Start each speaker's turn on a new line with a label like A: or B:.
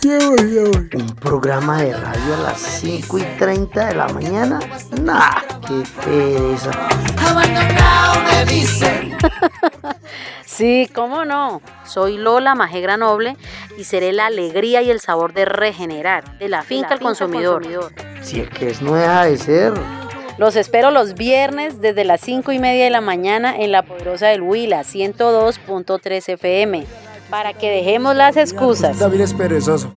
A: Ya voy, ya voy.
B: Un programa de radio a las 5 y 30 de la mañana. Nah, qué pereza.
C: Abandonado me dicen.
D: Sí, cómo no. Soy Lola Majegra Noble y seré la alegría y el sabor de regenerar de la finca, al, consumidor.
B: Si es que es no deja de ser.
D: Los espero los viernes desde las 5 y media de la mañana en la poderosa del Huila, 102.3 FM, para que dejemos las excusas.
A: David es perezoso.